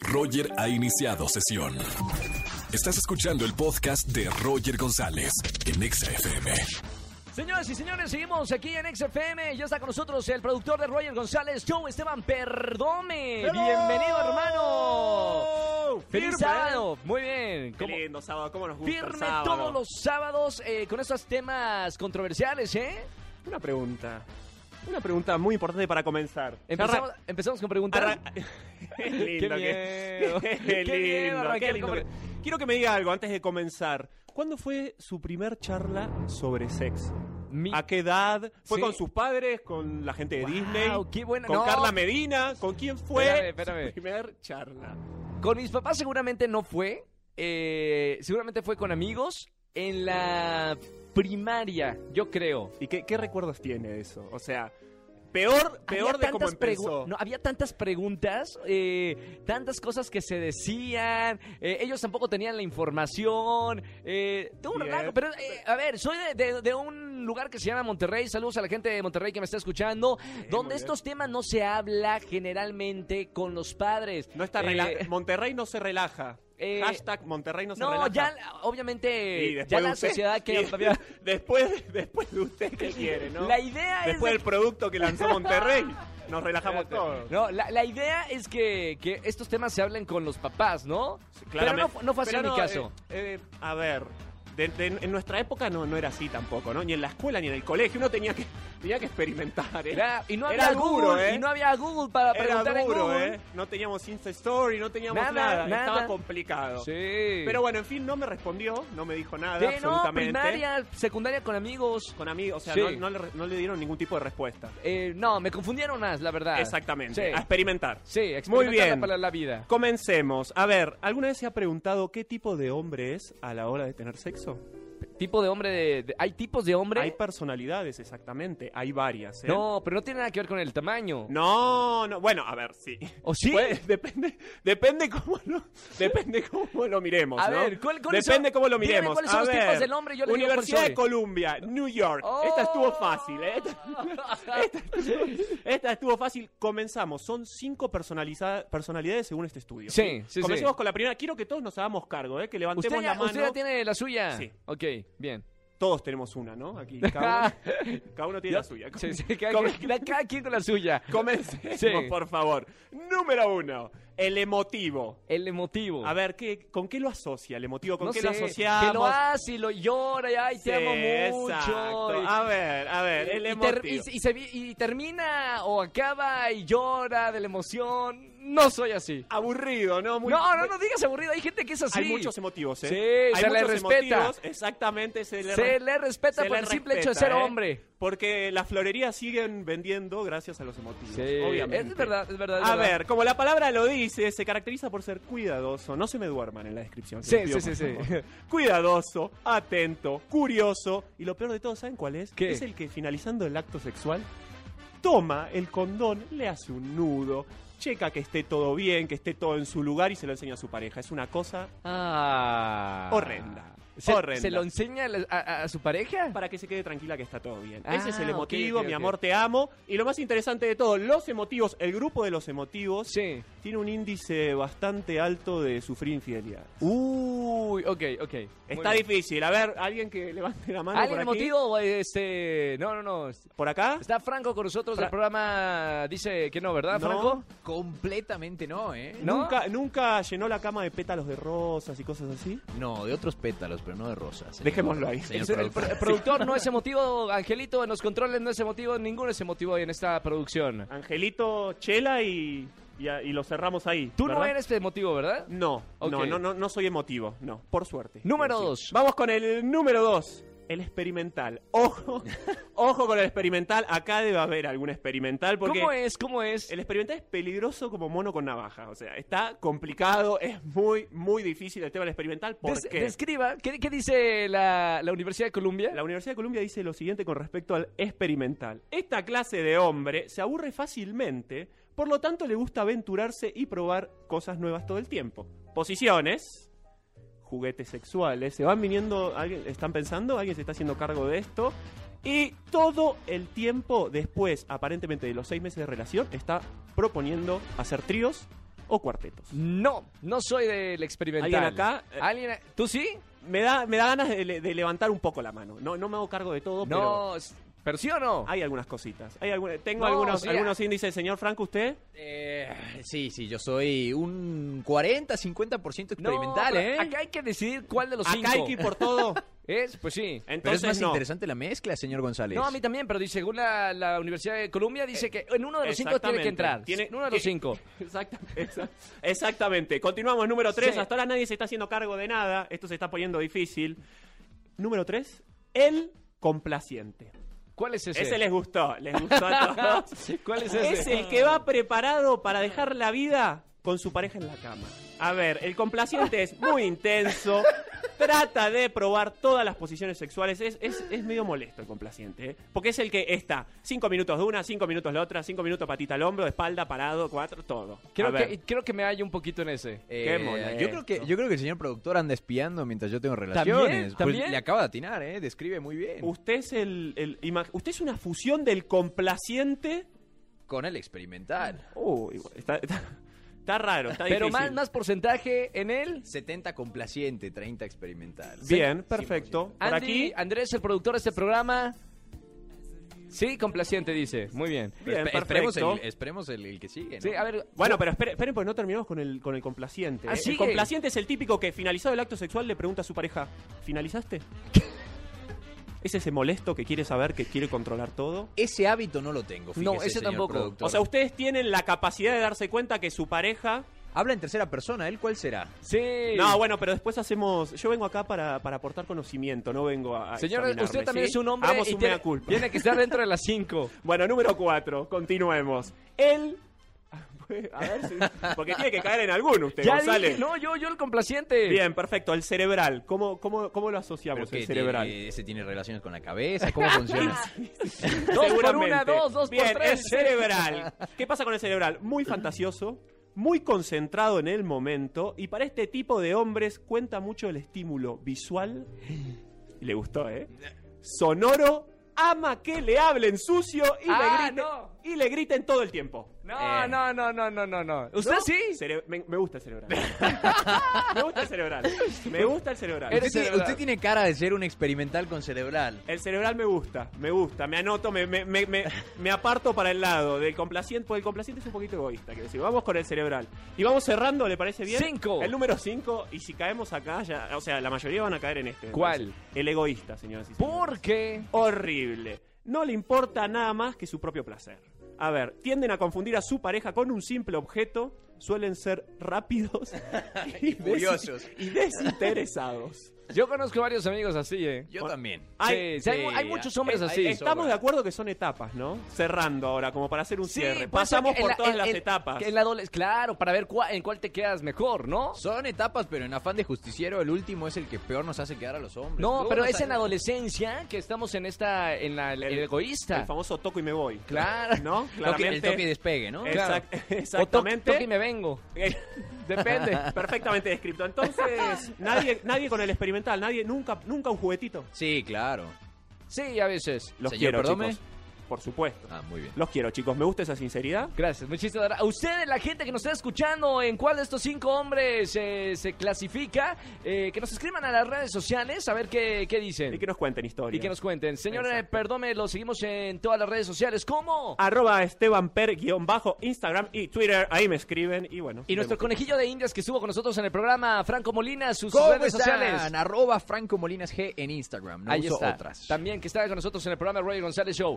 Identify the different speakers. Speaker 1: Roger ha iniciado sesión. Estás escuchando el podcast de Roger González en Exa FM.
Speaker 2: Señoras y señores, seguimos aquí en XFM. Ya está con nosotros el productor de Roger González, Joe Esteban Perdome. Bienvenido, hermano. Feliz
Speaker 3: Firme. ¿eh?
Speaker 2: sábado. Muy bien.
Speaker 3: Qué
Speaker 2: ¿Cómo-
Speaker 3: lindo sábado, cómo nos gusta el
Speaker 2: Firme
Speaker 3: sábado.
Speaker 2: todos los sábados eh, con estos temas controversiales, ¿eh?
Speaker 3: Una pregunta. Una pregunta muy importante para comenzar.
Speaker 2: Empezamos, empezamos con preguntar.
Speaker 3: Arran- Qué lindo
Speaker 2: miedo. Qué
Speaker 3: que... Qué
Speaker 2: miedo
Speaker 3: lindo,
Speaker 2: arrancar
Speaker 3: qué lindo
Speaker 2: con-
Speaker 3: que- Quiero que me diga algo antes de comenzar. ¿Cuándo fue su primer charla sobre sexo?
Speaker 2: Mi-
Speaker 3: ¿A qué edad? ¿Fue
Speaker 2: Sí.
Speaker 3: con sus padres? ¿Con la gente de
Speaker 2: Wow,
Speaker 3: Disney?
Speaker 2: qué buena-
Speaker 3: ¿Con
Speaker 2: no.
Speaker 3: Carla Medina? ¿Con quién fue
Speaker 2: Espérame, espérame.
Speaker 3: su primer charla?
Speaker 2: Con mis papás seguramente no fue. eh, seguramente fue con amigos en la primaria, yo creo.
Speaker 3: ¿Y qué, qué recuerdos tiene de eso? O sea, peor, peor
Speaker 2: Había
Speaker 3: de cómo
Speaker 2: tantas pregu-
Speaker 3: empezó.
Speaker 2: No, había tantas preguntas, eh, tantas cosas que se decían, eh, ellos tampoco tenían la información, eh, todo un
Speaker 3: Bien.
Speaker 2: relajo, pero eh, a ver, soy de, de- de un lugar que se llama Monterrey, saludos a la gente de Monterrey que me está escuchando, donde
Speaker 3: Eh, bien.
Speaker 2: estos temas no se habla generalmente con los padres.
Speaker 3: No está
Speaker 2: Eh,
Speaker 3: rela- Monterrey no se relaja.
Speaker 2: eh,
Speaker 3: Hashtag Monterrey no se
Speaker 2: No,
Speaker 3: relaja.
Speaker 2: ya obviamente
Speaker 3: Y después
Speaker 2: ya
Speaker 3: de
Speaker 2: la
Speaker 3: usted-
Speaker 2: sociedad que
Speaker 3: y- después, después de usted que quiere, ¿no?
Speaker 2: la idea es de
Speaker 3: Después del producto que lanzó Monterrey, nos relajamos todos.
Speaker 2: No, la, la idea es que, que estos temas se hablen con los papás, ¿no? Pero no,
Speaker 3: Claramente.
Speaker 2: fu- no fue así
Speaker 3: Pero
Speaker 2: en mi
Speaker 3: no,
Speaker 2: caso.
Speaker 3: eh, eh, a ver, de- de- en nuestra época no, no era así tampoco, ¿no? Ni en la escuela ni en el colegio. Uno tenía que, tenía que experimentar, ¿eh?
Speaker 2: Era- y no
Speaker 3: era
Speaker 2: había Google,
Speaker 3: duro, ¿eh?
Speaker 2: y no había Google para
Speaker 3: Era
Speaker 2: preguntar en
Speaker 3: duro,
Speaker 2: Google.
Speaker 3: ¿eh? No teníamos Insta Story, no teníamos
Speaker 2: Nada,
Speaker 3: nada.
Speaker 2: nada.
Speaker 3: Estaba complicado.
Speaker 2: Sí.
Speaker 3: Pero bueno, en fin, no me respondió, no me dijo nada
Speaker 2: Sí, no,
Speaker 3: absolutamente.
Speaker 2: primaria, secundaria con amigos.
Speaker 3: Con amigos, o sea,
Speaker 2: Sí.
Speaker 3: no, no le, no le dieron ningún tipo de respuesta.
Speaker 2: Eh, no, me confundieron más, la verdad.
Speaker 3: Exactamente,
Speaker 2: Sí.
Speaker 3: a experimentar.
Speaker 2: Sí,
Speaker 3: Muy
Speaker 2: experimentarla
Speaker 3: bien.
Speaker 2: para la vida.
Speaker 3: Comencemos. A ver, ¿alguna vez se ha preguntado qué tipo de hombre es a la hora de tener sexo?
Speaker 2: Tipo de hombre de, de- ¿Hay tipos de hombre?
Speaker 3: Hay personalidades, exactamente. Hay varias. ¿eh?
Speaker 2: No, pero no tiene nada que ver con el tamaño.
Speaker 3: No, no. Bueno, a ver, sí.
Speaker 2: ¿O sí?
Speaker 3: Puede- depende, depende cómo lo, depende cómo lo miremos,
Speaker 2: A
Speaker 3: ¿no?
Speaker 2: ver, ¿cuál- cuáles
Speaker 3: depende
Speaker 2: son-
Speaker 3: cómo lo
Speaker 2: dime
Speaker 3: miremos.
Speaker 2: cuáles
Speaker 3: A
Speaker 2: son los tipos
Speaker 3: ver,
Speaker 2: del hombre, yo les digo
Speaker 3: Universidad
Speaker 2: cuál soy.
Speaker 3: de Columbia, New York.
Speaker 2: Oh.
Speaker 3: Esta estuvo fácil, ¿eh? Esta, esta
Speaker 2: Oh.
Speaker 3: estuvo, esta estuvo fácil. Comenzamos. Son cinco personaliza- personalidades según este estudio.
Speaker 2: Sí, sí, sí.
Speaker 3: Comencemos con la primera. Quiero que todos nos hagamos cargo, ¿eh? Que levantemos
Speaker 2: ¿Usted ya,
Speaker 3: la mano.
Speaker 2: usted ya tiene la suya?
Speaker 3: Sí.
Speaker 2: Ok, bien.
Speaker 3: Todos tenemos una, ¿no? Aquí. Cada uno, cada uno tiene la suya.
Speaker 2: Sí, sí, cada,
Speaker 3: Come-
Speaker 2: quien- la- cada quien con la suya.
Speaker 3: Comencemos,
Speaker 2: Sí.
Speaker 3: por favor. Número uno, el emotivo.
Speaker 2: El emotivo.
Speaker 3: A ver, ¿qué, ¿con qué lo asocia el emotivo? ¿Con
Speaker 2: No
Speaker 3: qué
Speaker 2: sé,
Speaker 3: lo asociamos?
Speaker 2: Que lo hace y lo llora y ay,
Speaker 3: Sí,
Speaker 2: te amo mucho.
Speaker 3: exacto.
Speaker 2: y-
Speaker 3: A ver, a ver, el
Speaker 2: Y,
Speaker 3: emotivo.
Speaker 2: ter- y- y se vi- y termina o acaba y llora de la emoción. No soy así.
Speaker 3: Aburrido, ¿no? Ah, Muy-
Speaker 2: no, no,
Speaker 3: muy-
Speaker 2: no digas aburrido. Hay gente que es así.
Speaker 3: Hay muchos emotivos, ¿eh?
Speaker 2: Sí,
Speaker 3: Hay
Speaker 2: se le
Speaker 3: muchos
Speaker 2: respeta.
Speaker 3: emotivos, exactamente, se le,
Speaker 2: Se
Speaker 3: re-
Speaker 2: le respeta
Speaker 3: se
Speaker 2: por
Speaker 3: le
Speaker 2: el simple hecho
Speaker 3: respeta,
Speaker 2: de ser
Speaker 3: ¿eh?
Speaker 2: hombre.
Speaker 3: Porque las florerías siguen vendiendo gracias a los emotivos,
Speaker 2: Sí,
Speaker 3: obviamente.
Speaker 2: es verdad, es verdad. es
Speaker 3: A
Speaker 2: verdad.
Speaker 3: ver, como la palabra lo dice, se caracteriza por ser cuidadoso. No se me duerman en la descripción.
Speaker 2: Sí,
Speaker 3: les pido,
Speaker 2: sí,
Speaker 3: por
Speaker 2: sí, sí.
Speaker 3: favor. Cuidadoso, atento, curioso. Y lo peor de todo, ¿saben cuál es?
Speaker 2: ¿Qué?
Speaker 3: Es el que finalizando el acto sexual toma el condón, le hace un nudo, checa que esté todo bien, que esté todo en su lugar y se lo enseña a su pareja. Es una cosa
Speaker 2: Ah.
Speaker 3: Horrenda,
Speaker 2: ¿Se,
Speaker 3: horrenda.
Speaker 2: se lo enseña a la- a, a su pareja?
Speaker 3: para que se quede tranquila que está todo bien.
Speaker 2: Ah,
Speaker 3: Ese es el
Speaker 2: ok,
Speaker 3: emotivo,
Speaker 2: ok,
Speaker 3: mi
Speaker 2: ok.
Speaker 3: amor, te amo. Y lo más interesante de todo, los emotivos, el grupo de los emotivos,
Speaker 2: Sí.
Speaker 3: tiene un índice bastante alto de sufrir infidelidad.
Speaker 2: Uy, ok, ok. Muy
Speaker 3: Está
Speaker 2: bien.
Speaker 3: difícil. A ver, alguien que levante la mano
Speaker 2: ¿Alguien
Speaker 3: por aquí.
Speaker 2: emotivo? Este, no, no, no.
Speaker 3: ¿Por acá?
Speaker 2: Está Franco con nosotros del
Speaker 3: Fra-
Speaker 2: programa. Dice que no, ¿verdad,
Speaker 3: No.
Speaker 2: Franco?
Speaker 4: Completamente no, ¿eh?
Speaker 2: ¿No?
Speaker 3: ¿Nunca, ¿Nunca llenó la cama de pétalos de rosas y cosas así?
Speaker 4: No, de otros pétalos, pero no de rosas. señor.
Speaker 3: Dejémoslo ahí.
Speaker 4: Señor
Speaker 2: Es el,
Speaker 4: productor.
Speaker 2: pro- productor no es emotivo, Angelito en los controles no es emotivo, ninguno es emotivo hoy en esta producción.
Speaker 3: Angelito, Chela y, y, a- y lo cerramos ahí.
Speaker 2: Tú no
Speaker 3: ¿verdad?
Speaker 2: eres emotivo, ¿verdad?
Speaker 3: No,
Speaker 2: Ok.
Speaker 3: no, no, no, no soy emotivo. No, por suerte.
Speaker 2: Número
Speaker 3: Quiero
Speaker 2: dos.
Speaker 3: Vamos con el número dos. El experimental. Ojo, ojo con el experimental. Acá debe haber algún experimental porque...
Speaker 2: ¿Cómo es? ¿Cómo es?
Speaker 3: El experimental es peligroso como mono con navaja. O sea, está complicado, es muy, muy difícil el tema del experimental. ¿Por
Speaker 2: Des-
Speaker 3: qué?
Speaker 2: Describa, ¿qué, qué dice la, la Universidad de Columbia?
Speaker 3: La Universidad de Columbia dice lo siguiente con respecto al experimental. Esta clase de hombre se aburre fácilmente, por lo tanto le gusta aventurarse y probar cosas nuevas todo el tiempo. Posiciones, juguetes sexuales, se van viniendo, alguien, están pensando, alguien se está haciendo cargo de esto. Y todo el tiempo después, aparentemente de los seis meses de relación, está proponiendo hacer tríos o cuartetos.
Speaker 2: No, no soy del experimental.
Speaker 3: ¿Alguien acá? Eh.
Speaker 2: ¿Alguien a- ¿Tú sí?
Speaker 3: Me da, me da ganas de, le- de levantar un poco la mano. No, no me hago cargo de todo, pero
Speaker 2: No, s- pero sí o no.
Speaker 3: hay algunas cositas. Hay alguna- tengo
Speaker 2: No,
Speaker 3: algunos,
Speaker 2: sí,
Speaker 3: algunos índices. Señor Franco, ¿usted?
Speaker 4: Eh, sí, sí, yo soy un 40, 50%
Speaker 2: No,
Speaker 4: experimental,
Speaker 2: pero ah,
Speaker 4: ¿eh?
Speaker 2: Acá hay que decidir cuál de los
Speaker 3: Acá
Speaker 2: cinco.
Speaker 3: hay que ir por todo.
Speaker 2: ¿Es? Pues sí.
Speaker 4: Pero es
Speaker 3: Entonces
Speaker 4: más
Speaker 3: no.
Speaker 4: interesante la mezcla, señor González.
Speaker 2: No, a mí también, pero dice, según la, la Universidad de Colombia, dice que en uno de los cinco tiene que
Speaker 3: Eh, Exactamente.
Speaker 2: entrar.
Speaker 3: Tiene-
Speaker 2: en uno de los
Speaker 3: que-
Speaker 2: cinco.
Speaker 3: Exactamente. exa- Exactamente. Continuamos, número 3.
Speaker 2: Sí.
Speaker 3: Hasta ahora nadie se está haciendo cargo de nada. Esto se está poniendo difícil. Número 3. El complaciente.
Speaker 2: ¿Cuál es ese?
Speaker 3: Ese les gustó. Les gustó a todos.
Speaker 2: ¿Cuál es ese?
Speaker 3: Es el que va preparado para dejar la vida con su pareja en la cama. A ver, el complaciente es muy intenso, trata de probar todas las posiciones sexuales. Es, es- es medio molesto el complaciente, ¿eh? porque es el que está cinco minutos de una, cinco minutos de la otra, cinco minutos patita al hombro, espalda, parado, cuatro, todo. A
Speaker 2: Creo
Speaker 3: ver,
Speaker 2: que, creo que me hallo un poquito en ese.
Speaker 4: Eh,
Speaker 3: Qué molesto.
Speaker 4: yo creo que yo creo que el señor productor anda espiando mientras yo tengo relaciones. Pues
Speaker 2: ¿También?
Speaker 4: le acaba de atinar, ¿eh? Describe muy bien.
Speaker 3: usted es el, el ima- usted es una fusión del complaciente.
Speaker 4: Con el experimental.
Speaker 3: Uy, está, está- está raro, está
Speaker 2: Pero
Speaker 3: difícil.
Speaker 2: más, más porcentaje en él.
Speaker 4: 70 complaciente, 30 experimental.
Speaker 3: Bien, perfecto. Por
Speaker 2: Andy,
Speaker 3: aquí.
Speaker 2: Andrés, el productor de este programa. Sí, complaciente, dice. Muy bien.
Speaker 4: Pero
Speaker 3: Bien,
Speaker 4: espe- esperemos el,
Speaker 3: perfecto.
Speaker 4: esperemos el, el que sigue, ¿no?
Speaker 2: Sí, ah. a ver.
Speaker 3: Bueno, pero espere- esperen, porque no terminamos con el, con el complaciente.
Speaker 2: Ah,
Speaker 3: ¿eh?
Speaker 2: sigue.
Speaker 3: el complaciente es el típico que finalizado el acto sexual le pregunta a su pareja, ¿finalizaste? Es ese molesto que quiere saber, que quiere controlar todo.
Speaker 4: Ese hábito no lo tengo, fíjese,
Speaker 2: No, ese
Speaker 4: señor
Speaker 2: tampoco.
Speaker 4: productor.
Speaker 3: O sea, ustedes tienen la capacidad de darse cuenta que su pareja...
Speaker 4: Habla en tercera persona, ¿él cuál será?
Speaker 2: Sí.
Speaker 3: No, bueno, pero después hacemos... Yo vengo acá para, para aportar conocimiento, no vengo a... a
Speaker 2: Señor,
Speaker 3: examinarle,
Speaker 2: usted también
Speaker 3: ¿sí?
Speaker 2: es un hombre
Speaker 3: Hagamos
Speaker 2: y
Speaker 3: un
Speaker 2: tiene,
Speaker 3: mea culpa.
Speaker 2: tiene que estar dentro de las cinco.
Speaker 3: Bueno, número cuatro, continuemos. Él... A ver si... Porque tiene que caer en alguno usted,
Speaker 2: ya
Speaker 3: González.
Speaker 2: dije, no, yo, yo el complaciente.
Speaker 3: Bien, perfecto. El cerebral. ¿Cómo, cómo, cómo lo
Speaker 4: Pues. Pero
Speaker 3: asociamos
Speaker 4: que
Speaker 3: el cerebral?
Speaker 4: tiene- ese tiene relaciones con la cabeza, ¿cómo funciona?
Speaker 2: Dos por
Speaker 3: Seguramente.
Speaker 2: una, dos, dos
Speaker 3: Bien,
Speaker 2: por tres.
Speaker 3: el cerebral. ¿Qué pasa con el cerebral? Muy fantasioso, muy concentrado en el momento y para este tipo de hombres cuenta mucho el estímulo visual. Le gustó, ¿eh? Sonoro, ama que le hablen sucio y,
Speaker 2: Ah,
Speaker 3: le, griten,
Speaker 2: no.
Speaker 3: y le griten todo el tiempo.
Speaker 2: No,
Speaker 4: Eh.
Speaker 2: no, no, no, no, no, no. ¿Usted
Speaker 3: ¿No?
Speaker 2: sí?
Speaker 3: Cere- me, me gusta el cerebral. me gusta el cerebral. Me gusta el cerebral.
Speaker 2: Eres
Speaker 4: usted, tiene,
Speaker 2: cerebral.
Speaker 4: usted tiene cara de ser un experimental con cerebral.
Speaker 3: El cerebral me gusta, me gusta, me anoto, me, me, me, me- me aparto para el lado del complaciente, porque el complaciente es un poquito egoísta, que decir, vamos con el cerebral. Y vamos cerrando, ¿le parece bien?
Speaker 2: Cinco.
Speaker 3: El número 5, y si caemos acá, ya, o sea, la mayoría van a caer en este. me
Speaker 2: ¿Cuál?
Speaker 3: parece. El egoísta, señoras y señores.
Speaker 2: ¿Por qué?
Speaker 3: Horrible. No le importa nada más que su propio placer. A ver, tienden a confundir a su pareja con un simple objeto, suelen ser rápidos y, desi-
Speaker 4: Curiosos.
Speaker 3: y desinteresados.
Speaker 2: Yo conozco varios amigos así, eh.
Speaker 4: Yo también.
Speaker 2: Sí,
Speaker 3: Ay,
Speaker 2: sí, hay,
Speaker 4: sí,
Speaker 2: hay muchos
Speaker 4: ah,
Speaker 2: hombres
Speaker 4: eh,
Speaker 2: así.
Speaker 4: ahí
Speaker 3: Estamos
Speaker 4: Sobra.
Speaker 3: de acuerdo que son etapas, ¿no? Cerrando ahora, como para hacer un
Speaker 2: Sí,
Speaker 3: cierre.
Speaker 2: por eso
Speaker 3: Pasamos
Speaker 2: que en
Speaker 3: por
Speaker 2: la-
Speaker 3: todas
Speaker 2: en-
Speaker 3: las
Speaker 2: en-
Speaker 3: etapas.
Speaker 2: que en la adolesc- claro, para ver cuál- en cuál te quedas mejor, ¿no?
Speaker 4: Son etapas, pero en afán de justiciero, el último es el que peor nos hace quedar a los
Speaker 3: pues,
Speaker 4: hombres.
Speaker 2: No,
Speaker 4: Luego
Speaker 2: pero
Speaker 4: nos
Speaker 2: es en la
Speaker 4: sale-
Speaker 2: adolescencia que estamos en esta, en la, el,
Speaker 3: El-
Speaker 2: egoísta.
Speaker 3: El famoso toco y me voy.
Speaker 2: Claro.
Speaker 3: ¿No?
Speaker 4: Toque-
Speaker 3: Claramente.
Speaker 4: el toque y despegue, ¿no?
Speaker 3: Eh, Exact-
Speaker 2: O to-
Speaker 3: exactamente.
Speaker 2: toque y me vengo. Depende.
Speaker 3: Perfectamente descrito. Entonces, nadie, nadie con el experimental, nadie, nunca, nunca un juguetito.
Speaker 4: Sí, claro.
Speaker 2: Sí, a veces.
Speaker 3: Los
Speaker 4: Señor,
Speaker 3: quiero,
Speaker 4: perdone.
Speaker 3: chicos. Por supuesto.
Speaker 4: Ah, muy bien.
Speaker 3: Los quiero, chicos. Me gusta esa sinceridad.
Speaker 2: Gracias, muchísimas gracias. A ustedes, la gente que nos está escuchando, en cuál de estos cinco hombres eh, se clasifica, eh, que nos escriban a las redes sociales a ver qué, qué dicen.
Speaker 3: Y que nos cuenten historias.
Speaker 2: Y que nos cuenten. Señor,
Speaker 3: Exacto. Ah,
Speaker 2: eh, perdome, lo seguimos en todas las redes sociales. ¿Cómo?
Speaker 3: Arroba Esteban Per guión bajo Instagram y Twitter. Ahí me escriben y bueno.
Speaker 2: y nuestro
Speaker 3: vemos.
Speaker 2: conejillo de indias que estuvo con nosotros en el programa, Franco Molina, sus
Speaker 4: ¿Cómo
Speaker 2: redes sociales.
Speaker 4: están? Arroba Franco Molinas G en Instagram. No
Speaker 2: Ahí
Speaker 4: uso
Speaker 2: está.
Speaker 4: otras.
Speaker 2: También que está con nosotros en el programa Roy González Show.